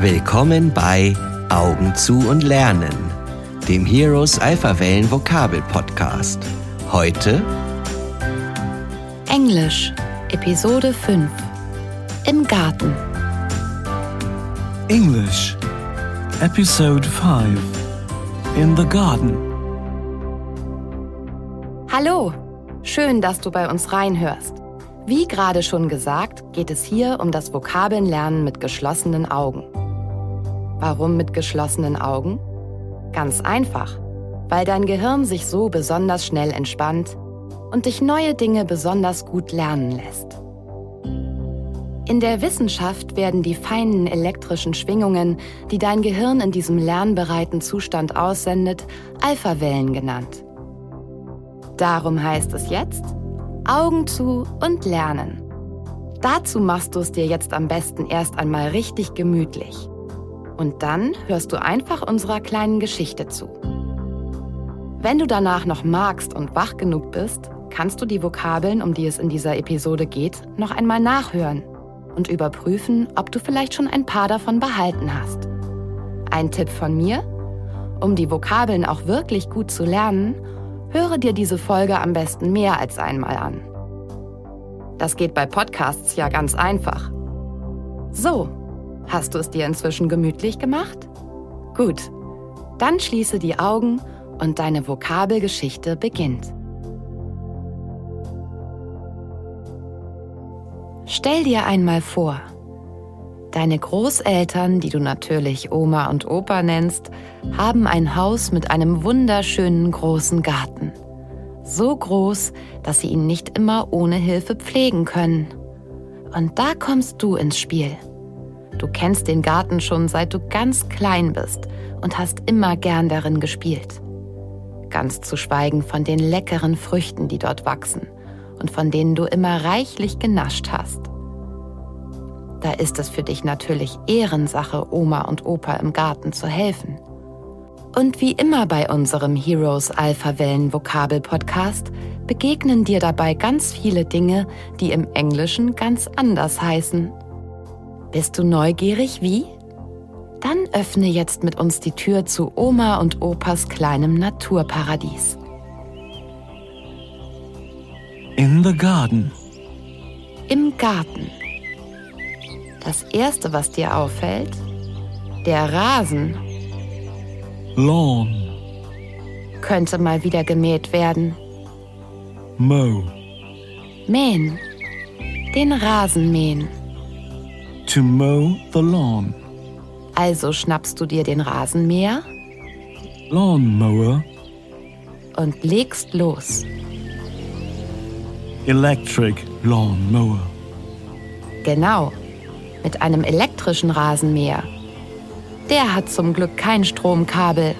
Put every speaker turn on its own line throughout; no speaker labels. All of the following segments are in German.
Willkommen bei Augen zu und lernen, dem Heroes Alpha Wellen Vokabel Podcast. Heute
Englisch, Episode 5. Im Garten.
English, Episode 5 In the Garden.
Hallo, schön, dass du bei uns reinhörst. Wie gerade schon gesagt, geht es hier um das Vokabelnlernen mit geschlossenen Augen. Warum mit geschlossenen Augen? Ganz einfach, weil dein Gehirn sich so besonders schnell entspannt und dich neue Dinge besonders gut lernen lässt. In der Wissenschaft werden die feinen elektrischen Schwingungen, die dein Gehirn in diesem lernbereiten Zustand aussendet, Alphawellen genannt. Darum heißt es jetzt Augen zu und lernen. Dazu machst du es dir jetzt am besten erst einmal richtig gemütlich. Und dann hörst du einfach unserer kleinen Geschichte zu. Wenn du danach noch magst und wach genug bist, kannst du die Vokabeln, um die es in dieser Episode geht, noch einmal nachhören und überprüfen, ob du vielleicht schon ein paar davon behalten hast. Ein Tipp von mir? Um die Vokabeln auch wirklich gut zu lernen, höre dir diese Folge am besten mehr als einmal an. Das geht bei Podcasts ja ganz einfach. So, hast du es dir inzwischen gemütlich gemacht? Gut, dann schließe die Augen und deine Vokabelgeschichte beginnt. Stell dir einmal vor, Deine Großeltern, die du natürlich Oma und Opa nennst, haben ein Haus mit einem wunderschönen großen Garten. So groß, dass sie ihn nicht immer ohne Hilfe pflegen können. Und da kommst du ins Spiel. Du kennst den Garten schon seit du ganz klein bist und hast immer gern darin gespielt. Ganz zu schweigen von den leckeren Früchten, die dort wachsen und von denen du immer reichlich genascht hast. Da ist es für dich natürlich Ehrensache, Oma und Opa im Garten zu helfen. Und wie immer bei unserem Heroes Alpha Wellen Vokabel Podcast begegnen dir dabei ganz viele Dinge, die im Englischen ganz anders heißen. Bist du neugierig wie? Dann öffne jetzt mit uns die Tür zu Oma und Opas kleinem Naturparadies.
In the Garden.
Im Garten. Das Erste, was dir auffällt, der Rasen
Lawn.
könnte mal wieder gemäht werden.
Mow.
Mähen. Den Rasen mähen.
To mow the lawn.
Also schnappst du dir den Rasenmäher
Lawnmower.
und legst los.
Electric lawnmower.
Genau. Mit einem elektrischen Rasenmäher. Der hat zum Glück kein Stromkabel,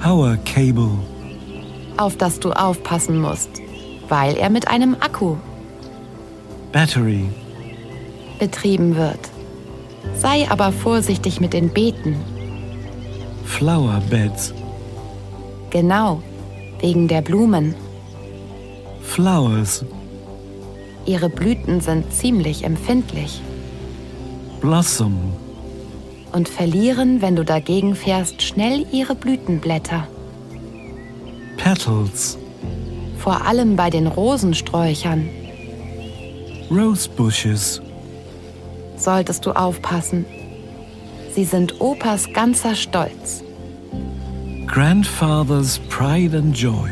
Power cable.
auf das du aufpassen musst, weil er mit einem Akku
Battery.
betrieben wird. Sei aber vorsichtig mit den Beeten.
Flower beds.
Genau. Wegen der Blumen.
Flowers.
Ihre Blüten sind ziemlich empfindlich
Blossom.
und verlieren, wenn du dagegen fährst, schnell ihre Blütenblätter.
Petals.
Vor allem bei den Rosensträuchern
Rose bushes.
solltest du aufpassen. Sie sind Opas ganzer Stolz.
Grandfather's pride and joy.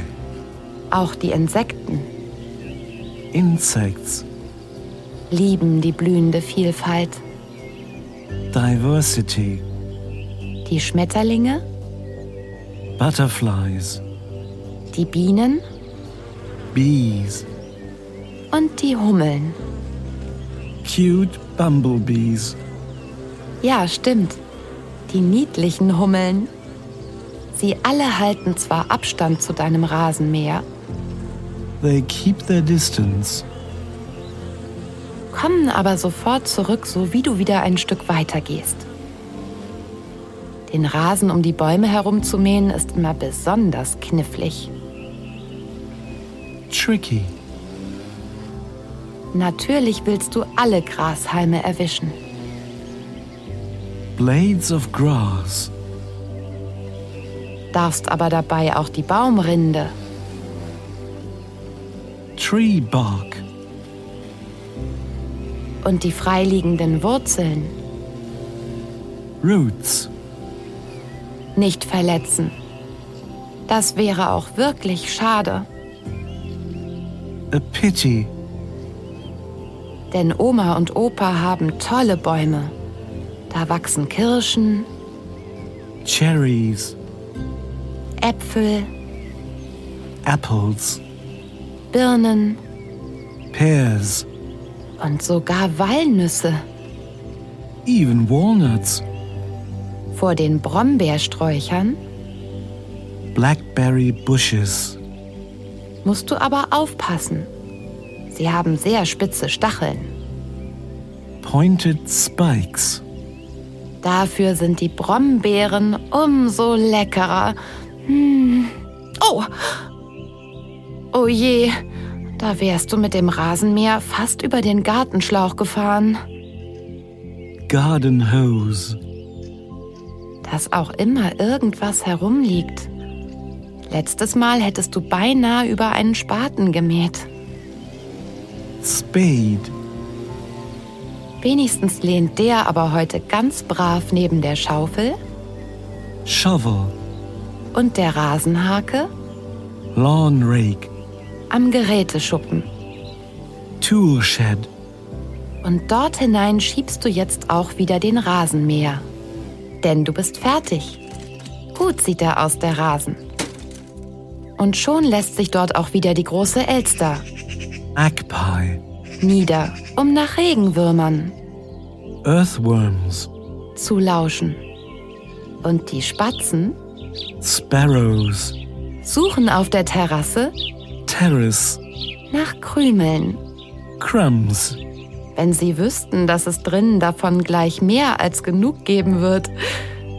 Auch die Insekten
Insects.
lieben die blühende Vielfalt.
Diversity.
Die Schmetterlinge,
Butterflies.
die Bienen
Bees.
und die Hummeln.
Cute bumblebees.
Ja, stimmt. Die niedlichen Hummeln. Sie alle halten zwar Abstand zu deinem Rasenmäher,
They keep their distance.
kommen aber sofort zurück, so wie du wieder ein Stück weiter gehst. Den Rasen um die Bäume herum zu mähen ist immer besonders knifflig.
Tricky.
Natürlich willst du alle Grashalme erwischen.
blades of grass,
darfst aber dabei auch die Baumrinde,
tree bark,
und die freiliegenden Wurzeln
roots,
nicht verletzen. Das wäre auch wirklich schade,
a pity,
denn Oma und Opa haben tolle Bäume. Da wachsen Kirschen,
cherries,
Äpfel,
apples,
Birnen
pears,
und sogar Walnüsse.
even walnuts,
Vor den Brombeersträuchern
blackberry bushes,
musst du aber aufpassen. Sie haben sehr spitze Stacheln.
pointed spikes,
Dafür sind die Brombeeren umso leckerer. Hm. Oh! Oh je, da wärst du mit dem Rasenmäher fast über den Gartenschlauch gefahren.
garden hose,
Dass auch immer irgendwas herumliegt. Letztes Mal hättest du beinahe über einen Spaten gemäht.
spade,
Wenigstens lehnt der aber heute ganz brav neben der Schaufel
shovel,
und der Rasenhake
lawn rake,
am Geräteschuppen.
tool shed,
Und dort hinein schiebst du jetzt auch wieder den Rasenmäher. Denn du bist fertig. Gut sieht er aus, der Rasen. Und schon lässt sich dort auch wieder die große Elster
magpie,
nieder, um nach Regenwürmern
earthworms,
zu lauschen. Und die Spatzen
sparrows,
suchen auf der Terrasse
terrace,
nach Krümeln.
crumbs,
Wenn sie wüssten, dass es drinnen davon gleich mehr als genug geben wird.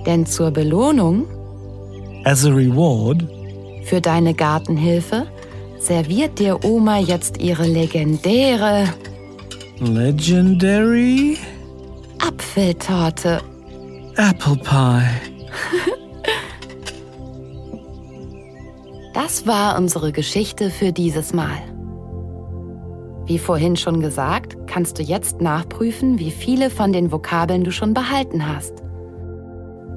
Denn zur Belohnung
as a reward,
Für deine Gartenhilfe serviert dir Oma jetzt ihre legendäre
legendary
Apfeltorte.
apple pie.
Das war unsere Geschichte für dieses Mal. Wie vorhin schon gesagt, kannst du jetzt nachprüfen, wie viele von den Vokabeln du schon behalten hast.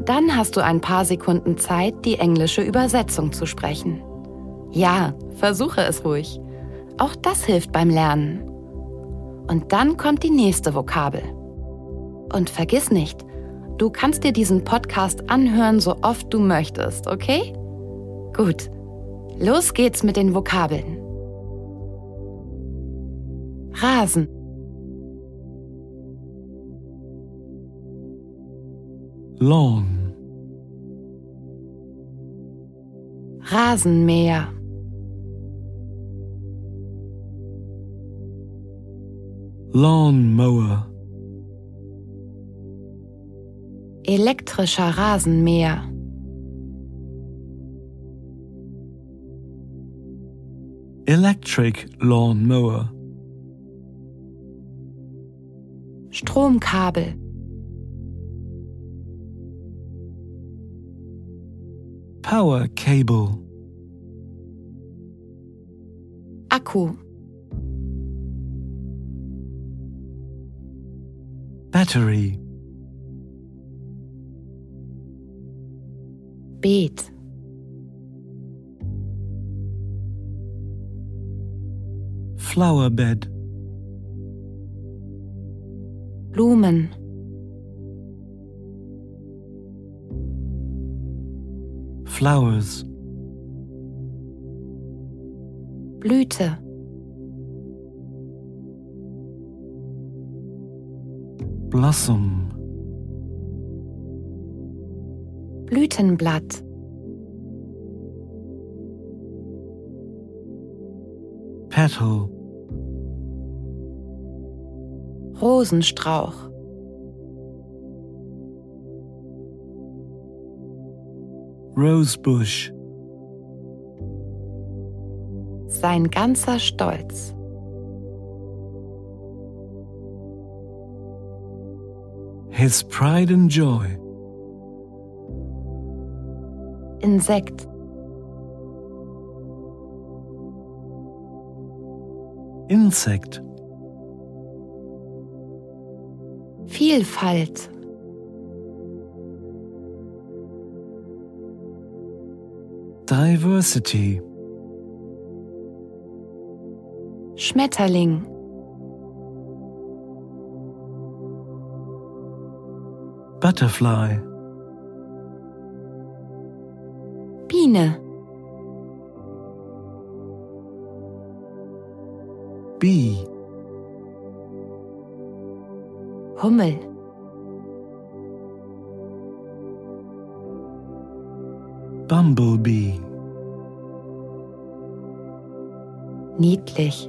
Dann hast du ein paar Sekunden Zeit, die englische Übersetzung zu sprechen. Ja, versuche es ruhig. Auch das hilft beim Lernen. Und dann kommt die nächste Vokabel. Und vergiss nicht, du kannst dir diesen Podcast anhören, so oft du möchtest, okay? Gut. Los geht's mit den Vokabeln. Rasen,
lawn,
Rasenmäher,
lawn mower,
elektrischer Rasenmäher,
electric lawn mower,
Stromkabel,
power cable,
Akku,
battery,
Beet,
flower bed,
Blumen,
flowers,
Blüte,
blossom,
Blütenblatt,
petal,
Rosenstrauch,
rosebush,
sein ganzer Stolz,
his pride and joy,
Insekt,
insect,
Vielfalt,
diversity,
Schmetterling,
butterfly,
Biene,
bee,
Hummel,
bumblebee,
niedlich,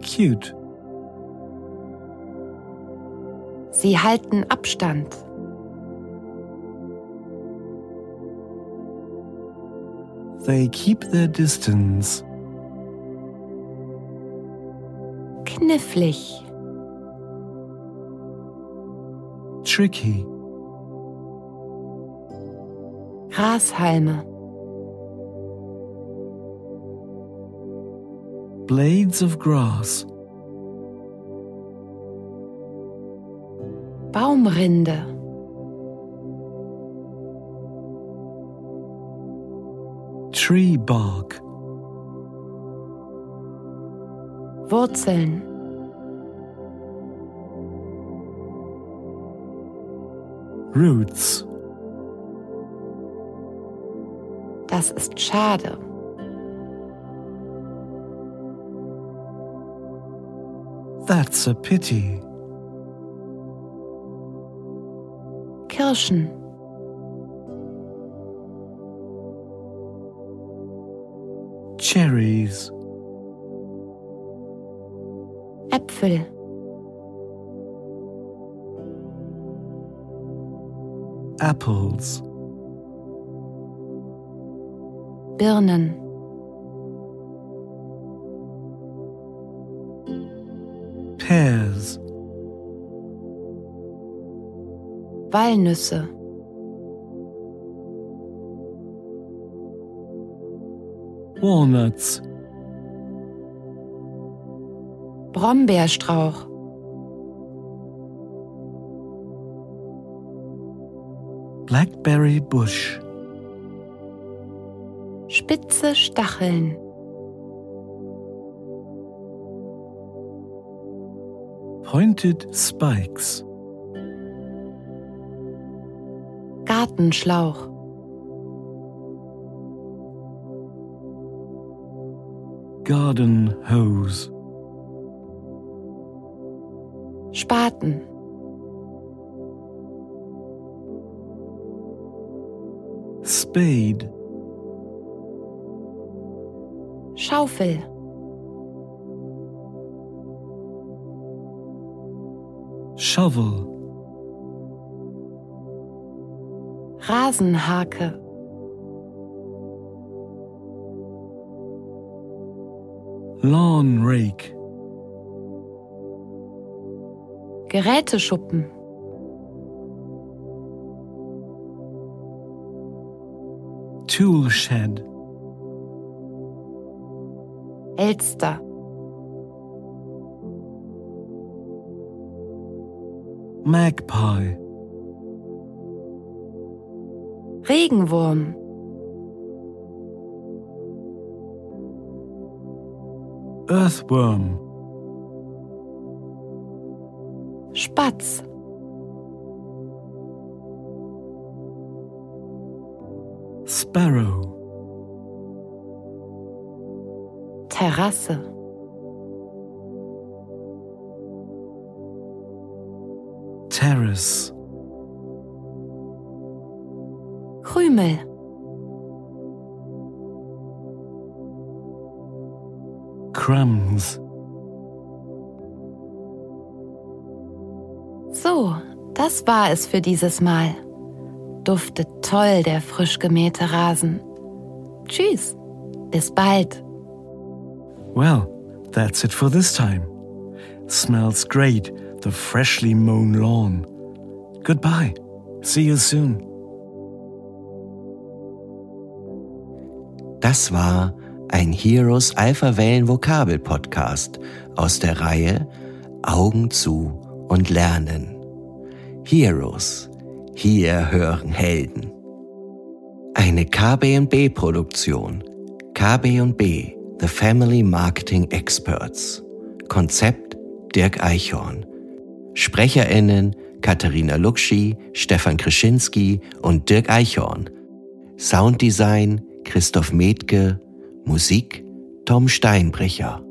cute,
sie halten Abstand,
they keep their distance,
knifflig,
tricky,
Grashalme,
blades of grass,
Baumrinde,
tree bark,
Wurzeln,
roots,
das ist schade,
that's a pity,
Kirschen,
cherries,
Äpfel,
apples,
Birnen,
pears,
Walnüsse,
walnuts,
Brombeerstrauch,
blackberry bush,
spitze Stacheln,
pointed spikes,
Gartenschlauch,
garden hose,
Spaten,
spade,
Schaufel,
shovel,
Rasenhake,
lawn rake,
Geräteschuppen,
tool shed,
Elster,
magpie,
Regenwurm,
earthworm,
Spatz,
sparrow,
Terrasse,
terrace,
Krümel,
crumbs,
So, das war es für dieses Mal. Duftet toll der frisch gemähte Rasen. Tschüss, bis bald.
Well, that's it for this time. Smells great, the freshly mown lawn. Goodbye. See you soon.
Das war ein Heroes Alpha Wellen Vokabel Podcast aus der Reihe Augen zu und lernen. Heroes. Hier hören Helden. Eine KB&B Produktion. KB&B, The Family Marketing Experts. Konzept Dirk Eichhorn. SprecherInnen Katharina Luxi, Stefan Krischinski und Dirk Eichhorn. Sounddesign Christoph Metke, Musik Tom Steinbrecher.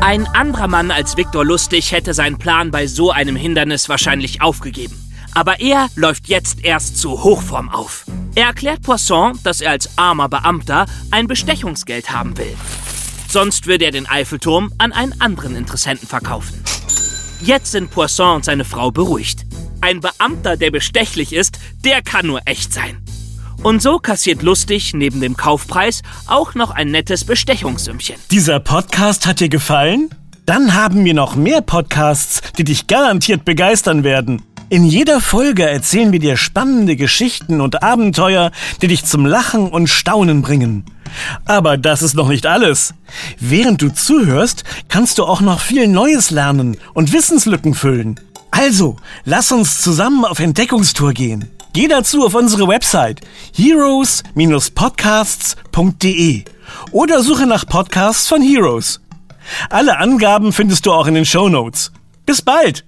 Ein anderer Mann als Viktor Lustig hätte seinen Plan bei so einem Hindernis wahrscheinlich aufgegeben. Aber er läuft jetzt erst zu Hochform auf. Er erklärt Poisson, dass er als armer Beamter ein Bestechungsgeld haben will. Sonst würde er den Eiffelturm an einen anderen Interessenten verkaufen. Jetzt sind Poisson und seine Frau beruhigt. Ein Beamter, der bestechlich ist, der kann nur echt sein. Und so kassiert Lustig neben dem Kaufpreis auch noch ein nettes Bestechungssümmchen.
Dieser Podcast hat dir gefallen? Dann haben wir noch mehr Podcasts, die dich garantiert begeistern werden. In jeder Folge erzählen wir dir spannende Geschichten und Abenteuer, die dich zum Lachen und Staunen bringen. Aber das ist noch nicht alles. Während du zuhörst, kannst du auch noch viel Neues lernen und Wissenslücken füllen. Also, lass uns zusammen auf Entdeckungstour gehen. Geh dazu auf unsere Website heroes-podcasts.de oder suche nach Podcasts von Heroes. Alle Angaben findest du auch in den Show Notes. Bis bald!